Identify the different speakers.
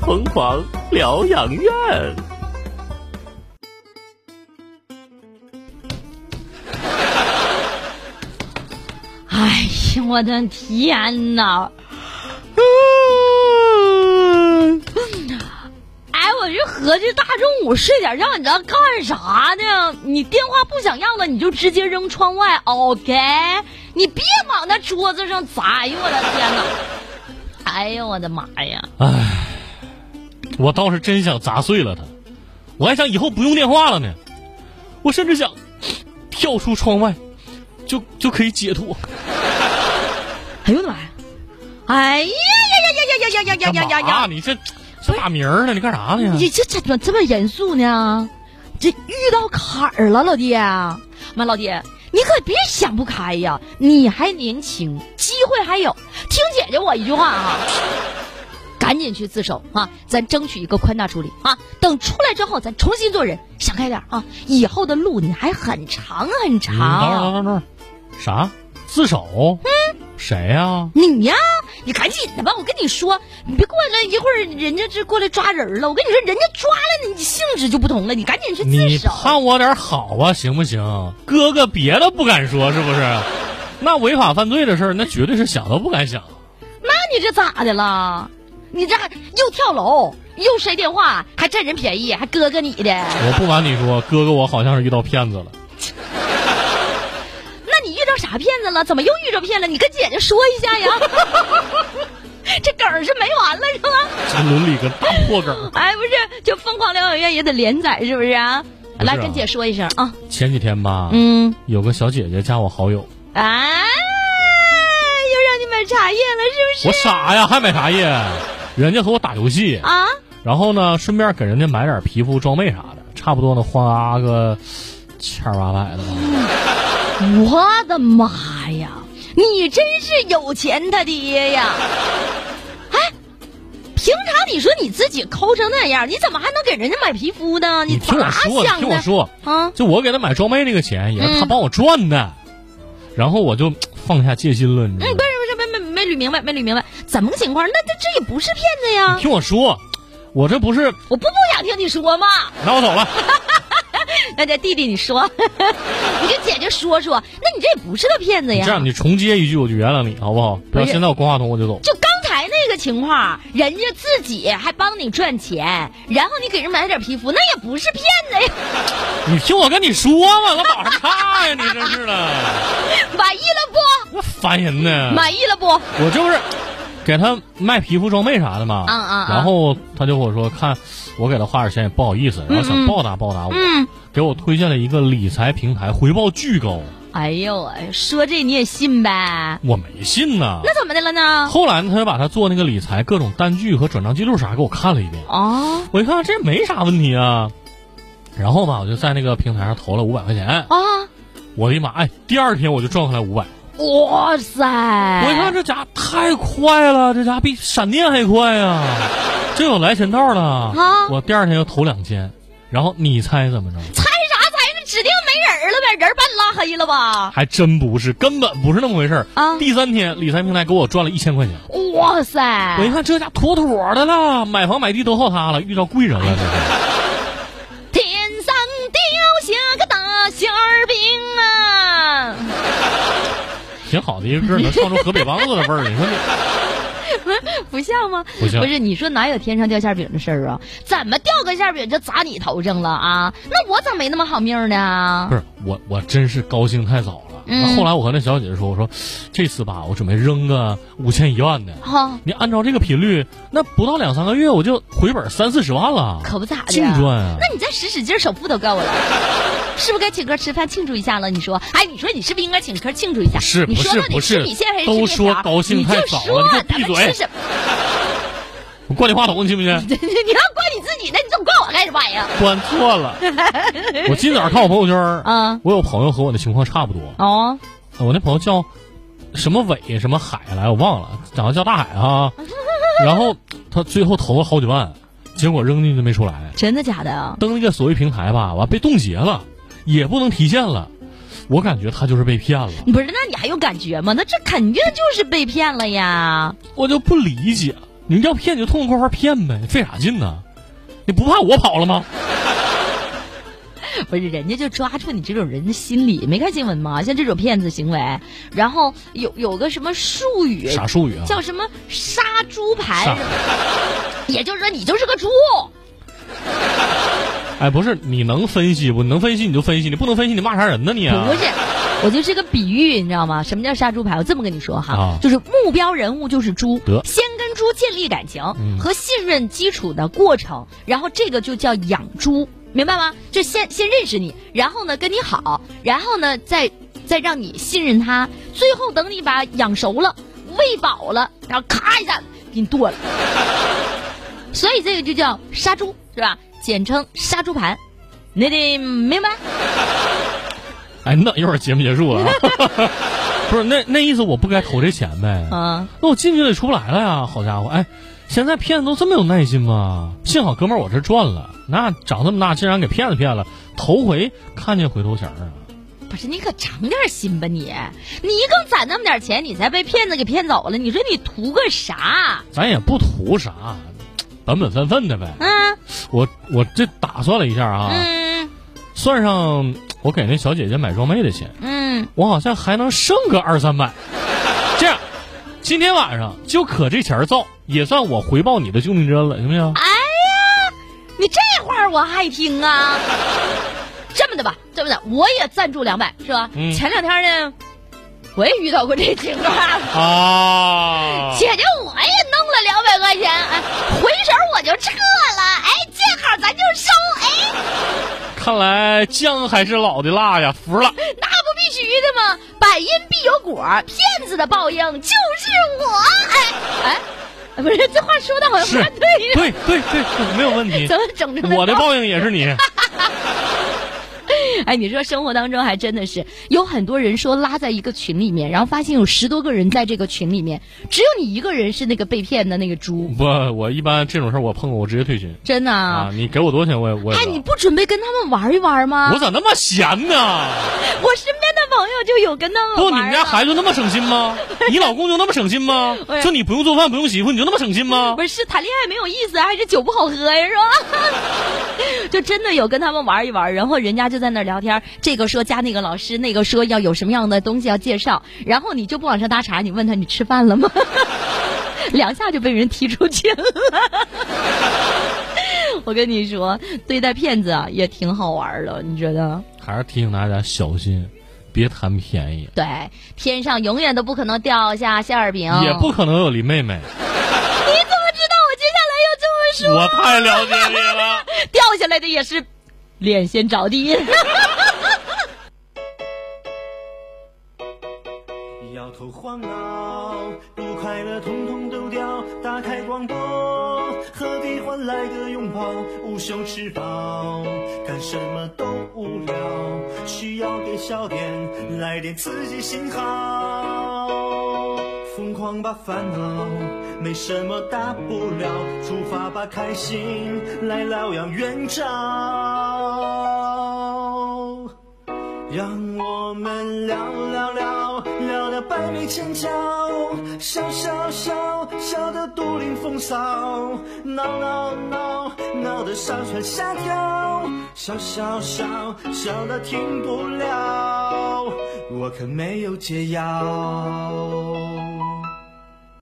Speaker 1: 疯狂疗养院。
Speaker 2: 哎呀，我的天呐！哎，我就合计大中午睡点觉，你知道干啥呢？你电话不想要了，你就直接扔窗外，OK？你别往那桌子上砸！哎呦我的天呐！哎呦我的妈呀！
Speaker 1: 我倒是真想砸碎了它，我还想以后不用电话了呢。我甚至想跳出窗外，就就可以解脱。
Speaker 2: 哎呦我的妈呀！哎呀呀呀呀呀呀呀呀呀呀
Speaker 1: 干
Speaker 2: 呀！
Speaker 1: 嘛你这这大名儿呢？啊你干啥呢？
Speaker 2: 你这这怎么这么严肃呢？这遇到坎儿了，老爹。妈，老爹，你可别想不开呀！你还年轻，机会还有。听姐姐我一句话啊，赶紧去自首啊！咱争取一个宽大处理啊！等出来之后，咱重新做人，想开点啊！以后的路你还很长很
Speaker 1: 嗯等会儿等
Speaker 2: 长。
Speaker 1: 会儿等会儿，啥？自首？
Speaker 2: 嗯
Speaker 1: 谁呀、
Speaker 2: 你呀、你赶紧的吧！我跟你说，你别过来，一会儿人家这过来抓人了。我跟你说，人家抓了你，你性质就不同了。你赶紧去自
Speaker 1: 你
Speaker 2: 首。啊
Speaker 1: 盼我点好啊，行不行？哥哥，别的不敢说，是不是？ 那违法犯罪的事儿，那绝对是想都不敢想。
Speaker 2: 那你这咋的了？你这还又跳楼，又摔电话，还占人便宜，还哥哥你的？
Speaker 1: 我不瞒你说，哥哥，我好像是遇到骗子了。
Speaker 2: 那你遇到啥骗子了？怎么又遇着骗了？你跟姐姐说一下呀。 这梗儿是没完了是吗？
Speaker 1: 这伦理个大破梗。
Speaker 2: 哎，不是，就疯狂疗养院也得连载是不是啊？
Speaker 1: 不是啊
Speaker 2: 来跟姐说一声啊。
Speaker 1: 前几天吧，
Speaker 2: 嗯，
Speaker 1: 有个小姐姐加我好友，
Speaker 2: 啊，又让你买茶叶了是
Speaker 1: 我
Speaker 2: 不是？
Speaker 1: 傻呀，还买茶叶？人家和我打游戏，
Speaker 2: 啊，
Speaker 1: 然后呢，顺便给人家买点皮肤装备啥的，差不多能花个千儿八百的吧。
Speaker 2: 我的妈呀！你真是有钱他爹呀！哎，平常你说你自己抠成那样，你怎么还能给人家买皮肤呢？
Speaker 1: 你听我
Speaker 2: 咋
Speaker 1: 说，你
Speaker 2: 想
Speaker 1: 听我
Speaker 2: 的？
Speaker 1: 说，
Speaker 2: 啊，
Speaker 1: 就我给他买装备那个钱也是他
Speaker 2: 嗯
Speaker 1: 帮我赚的，然后我就放下戒心了，你知道
Speaker 2: 嗯，
Speaker 1: 吗
Speaker 2: 不？是不是，没没没捋明白，没捋明白，怎么个情况？那这这也不是骗子
Speaker 1: 你
Speaker 2: 呀！
Speaker 1: 听我说，我这不是
Speaker 2: 我不不想听你说嘛，
Speaker 1: 拿我走了，
Speaker 2: 那家弟弟你说， 你跟姐姐说说，那你这也不是个骗子
Speaker 1: 你这
Speaker 2: 呀
Speaker 1: 样。你重接一句我就原谅你，好不好？不要
Speaker 2: 不是
Speaker 1: 现在我关话筒我就走。
Speaker 2: 就刚才那个情况，人家自己还帮你赚钱，然后你给人买点皮肤，那也不是骗子呀。
Speaker 1: 你听我跟你说嘛，老往上差呀，你真 是的，
Speaker 2: 满意了
Speaker 1: 那烦人呢
Speaker 2: 不？。满意了不？
Speaker 1: 我这不是给他卖皮肤装备啥的嘛，
Speaker 2: 嗯嗯嗯
Speaker 1: 然后他就跟我说，看我给他花点钱也不好意思，然后想报答报答我，
Speaker 2: 嗯，
Speaker 1: 给我推荐了一个理财平台，回报巨高，
Speaker 2: 哎呦，哎，说这你也信呗？
Speaker 1: 我没信呐。
Speaker 2: 那怎么的了呢？
Speaker 1: 后来呢，他就把他做那个理财各种单据和转账记录啥给我看了一遍，
Speaker 2: 哦
Speaker 1: 我一看这没啥问题啊，然后吧，我就在那个平台上投了五百块钱，
Speaker 2: 啊，
Speaker 1: 我的妈！哎，第二天我就赚回来五百，
Speaker 2: 哇塞！哎
Speaker 1: 我一看这家太快了，这家比闪电还快呀、这有来钱道了。
Speaker 2: 啊
Speaker 1: 我第二天又投两千，然后你猜怎么着？
Speaker 2: 猜啥猜？那指定没人了呗，人把你拉黑了吧？
Speaker 1: 还真不是，根本不是那么回事儿
Speaker 2: 啊
Speaker 1: 第三天理财平台给我赚了一千块钱，
Speaker 2: 哇
Speaker 1: 我一
Speaker 2: 塞！
Speaker 1: 看这家妥妥的了，买房买地都靠他了，遇到贵人了这是。
Speaker 2: 天上掉下个大馅儿饼啊！
Speaker 1: 挺好的一个歌，能唱出河北梆子的味儿。你说你
Speaker 2: 不像吗？
Speaker 1: 不像
Speaker 2: 是你说哪有天上掉馅饼的事儿啊？怎么掉个馅饼就砸你头上了啊？那我咋没那么好命呢
Speaker 1: 不？是我，我真是高兴太早了。
Speaker 2: 嗯
Speaker 1: 那后来我和那小姐姐说，我说这次吧，我准备扔个五千一万的。
Speaker 2: 哈、
Speaker 1: 你按照这个频率，那不到两三个月我就回本三四十万了，
Speaker 2: 可不咋的。
Speaker 1: 净赚啊！
Speaker 2: 那你再使使劲儿，首付都够了， 是不是该请客吃饭庆祝一下了？你说，哎，你说你是不是应该请客庆祝一下？
Speaker 1: 不是
Speaker 2: 你说
Speaker 1: 不是
Speaker 2: 到底
Speaker 1: 不
Speaker 2: 吃
Speaker 1: 是
Speaker 2: 米线还是吃
Speaker 1: 都
Speaker 2: 面
Speaker 1: 说
Speaker 2: 条
Speaker 1: 高兴
Speaker 2: 你
Speaker 1: 太
Speaker 2: 就
Speaker 1: 早了
Speaker 2: 说
Speaker 1: 你给我
Speaker 2: 咱
Speaker 1: 闭
Speaker 2: 们
Speaker 1: 嘴
Speaker 2: 吃什么？
Speaker 1: 我关你话筒，你信不信？
Speaker 2: 你要怪你自己呢，你总怪我干什么玩意儿？
Speaker 1: 关错了。我今早上看我朋友圈儿
Speaker 2: 啊
Speaker 1: 我有朋友和我的情况差不多。
Speaker 2: 哦，
Speaker 1: 我那朋友叫什么伟什么海来，我忘了，长得叫大海 啊。然后他最后投了好几万，结果扔进去没出来，
Speaker 2: 真的假的啊？
Speaker 1: 登那个所谓平台吧，完被冻结了，也不能提现了。我感觉他就是被骗了，
Speaker 2: 不是，那你还有感觉吗？那这肯定就是被骗了呀！
Speaker 1: 我就不理解，你要骗你就痛痛快快骗呗，费啥劲呢？你不怕我跑了吗？
Speaker 2: 不是，人家就抓住你这种人的心理，没看新闻吗？像这种骗子行为，然后有有个什么术语
Speaker 1: 啥术语啊？
Speaker 2: 叫什么杀猪盘
Speaker 1: 杀
Speaker 2: 什么，也就是说你就是个猪。
Speaker 1: 哎，不是，你能分析不？你能分析你就分析，你不能分析你骂啥人呢你、啊？
Speaker 2: 不是，我就是个比喻，你知道吗？什么叫杀猪盘？我这么跟你说哈，
Speaker 1: 啊
Speaker 2: 就是目标人物就是猪
Speaker 1: 得，嗯
Speaker 2: 先跟猪建立感情和信任基础的过程，然后这个就叫养猪，明白吗？就先先认识你，然后呢跟你好，然后呢再再让你信任他，最后等你把养熟了、喂饱了，然后咔一下给你剁了。所以这个就叫杀猪，是吧？简称杀猪盘，你得明白。
Speaker 1: 哎，你等一会儿节目结束 了、啊，不是那那意思我不该投这钱呗？
Speaker 2: 嗯，
Speaker 1: 那我进去了也出不来了呀，好家伙！哎，现在骗子都这么有耐心吗？幸好哥们儿我这赚了，那长这么大竟然给骗子骗了，头回看见回头钱儿啊！
Speaker 2: 不是你可长点心吧你！你一共攒那么点钱，你才被骗子给骗走了，你说你图个啥？
Speaker 1: 咱也不图啥，本本分分的呗。
Speaker 2: 嗯
Speaker 1: 我我这打算了一下啊，
Speaker 2: 嗯
Speaker 1: 算上我给那小姐姐买装备的钱，
Speaker 2: 嗯，
Speaker 1: 我好像还能剩个二三 百。这样，今天晚上就可这钱儿造，也算我回报你的救命之恩了，行不行？
Speaker 2: 哎呀，你这话我爱听啊！ 这么的吧，这么的，我也赞助两百，是吧？
Speaker 1: 嗯
Speaker 2: 前两天呢，我也遇到过这情况，
Speaker 1: 啊！
Speaker 2: 姐姐我也弄了两百块钱，哎，回手我就撤了，哎，见好咱就收，哎。
Speaker 1: 看来姜还是老的辣呀，服 了。
Speaker 2: 那不必须的吗？百因必有果，骗子的报应就是我。哎哎，不是，这话说的好像不
Speaker 1: 是
Speaker 2: 太对呀。
Speaker 1: 对对对，没有问题
Speaker 2: 怎。么整成
Speaker 1: 我的报应也是 你，
Speaker 2: 哎，你说生活当中还真的是有很多人说拉在一个群里面，然后发现有十多个人在这个群里面，只有你一个人是那个被骗的那个猪，
Speaker 1: 我我一般这种事儿我碰过，我直接退群
Speaker 2: 真的
Speaker 1: 啊
Speaker 2: 啊！！
Speaker 1: 你给我多少钱，我也我也
Speaker 2: 哎，
Speaker 1: 不
Speaker 2: 你啊不准备跟他们玩一玩吗？
Speaker 1: 我咋那么闲呢？
Speaker 2: 我身边的朋友就有跟他 们
Speaker 1: 不，
Speaker 2: 玩
Speaker 1: 你们家
Speaker 2: 啊
Speaker 1: 孩子那么省心吗？你老公就那么省心 吗
Speaker 2: 我？也
Speaker 1: 就你不用做饭，不用洗衣服，你就那么省心吗
Speaker 2: 啊不？是是谈恋爱没有意思，还是酒不好喝呀，是吧？ 就真的有跟他们玩一玩，然后人家就在那儿聊天，这个说加那个老师，那个说要有什么样的东西要介绍，然后你就不往上搭茬，你问他你吃饭了吗？ 两下就被人踢出去了。 我跟你说，对待骗子啊也挺好玩的，你觉得？
Speaker 1: 还是提醒大家小心，别贪便宜，
Speaker 2: 对，天上永远都不可能掉下馅儿饼，
Speaker 1: 也不可能有林妹妹。
Speaker 2: 你怎么知道我接下来要这么说？
Speaker 1: 我太了解你了。
Speaker 2: 掉下来的也是脸先着地。
Speaker 3: 摇头晃脑，不快乐统统丢掉。打开广播，何必换来个拥抱？无休吃饱，干什么都无聊。需要给笑点来点刺激信号。疯狂吧烦恼，没什么大不了，出发吧开心，来疗养元朝。让我们聊聊聊，聊得百媚千娇，笑笑笑，笑得独领风骚，闹闹闹，闹得上蹿下跳，笑笑笑，笑得停不了，我可没有解药。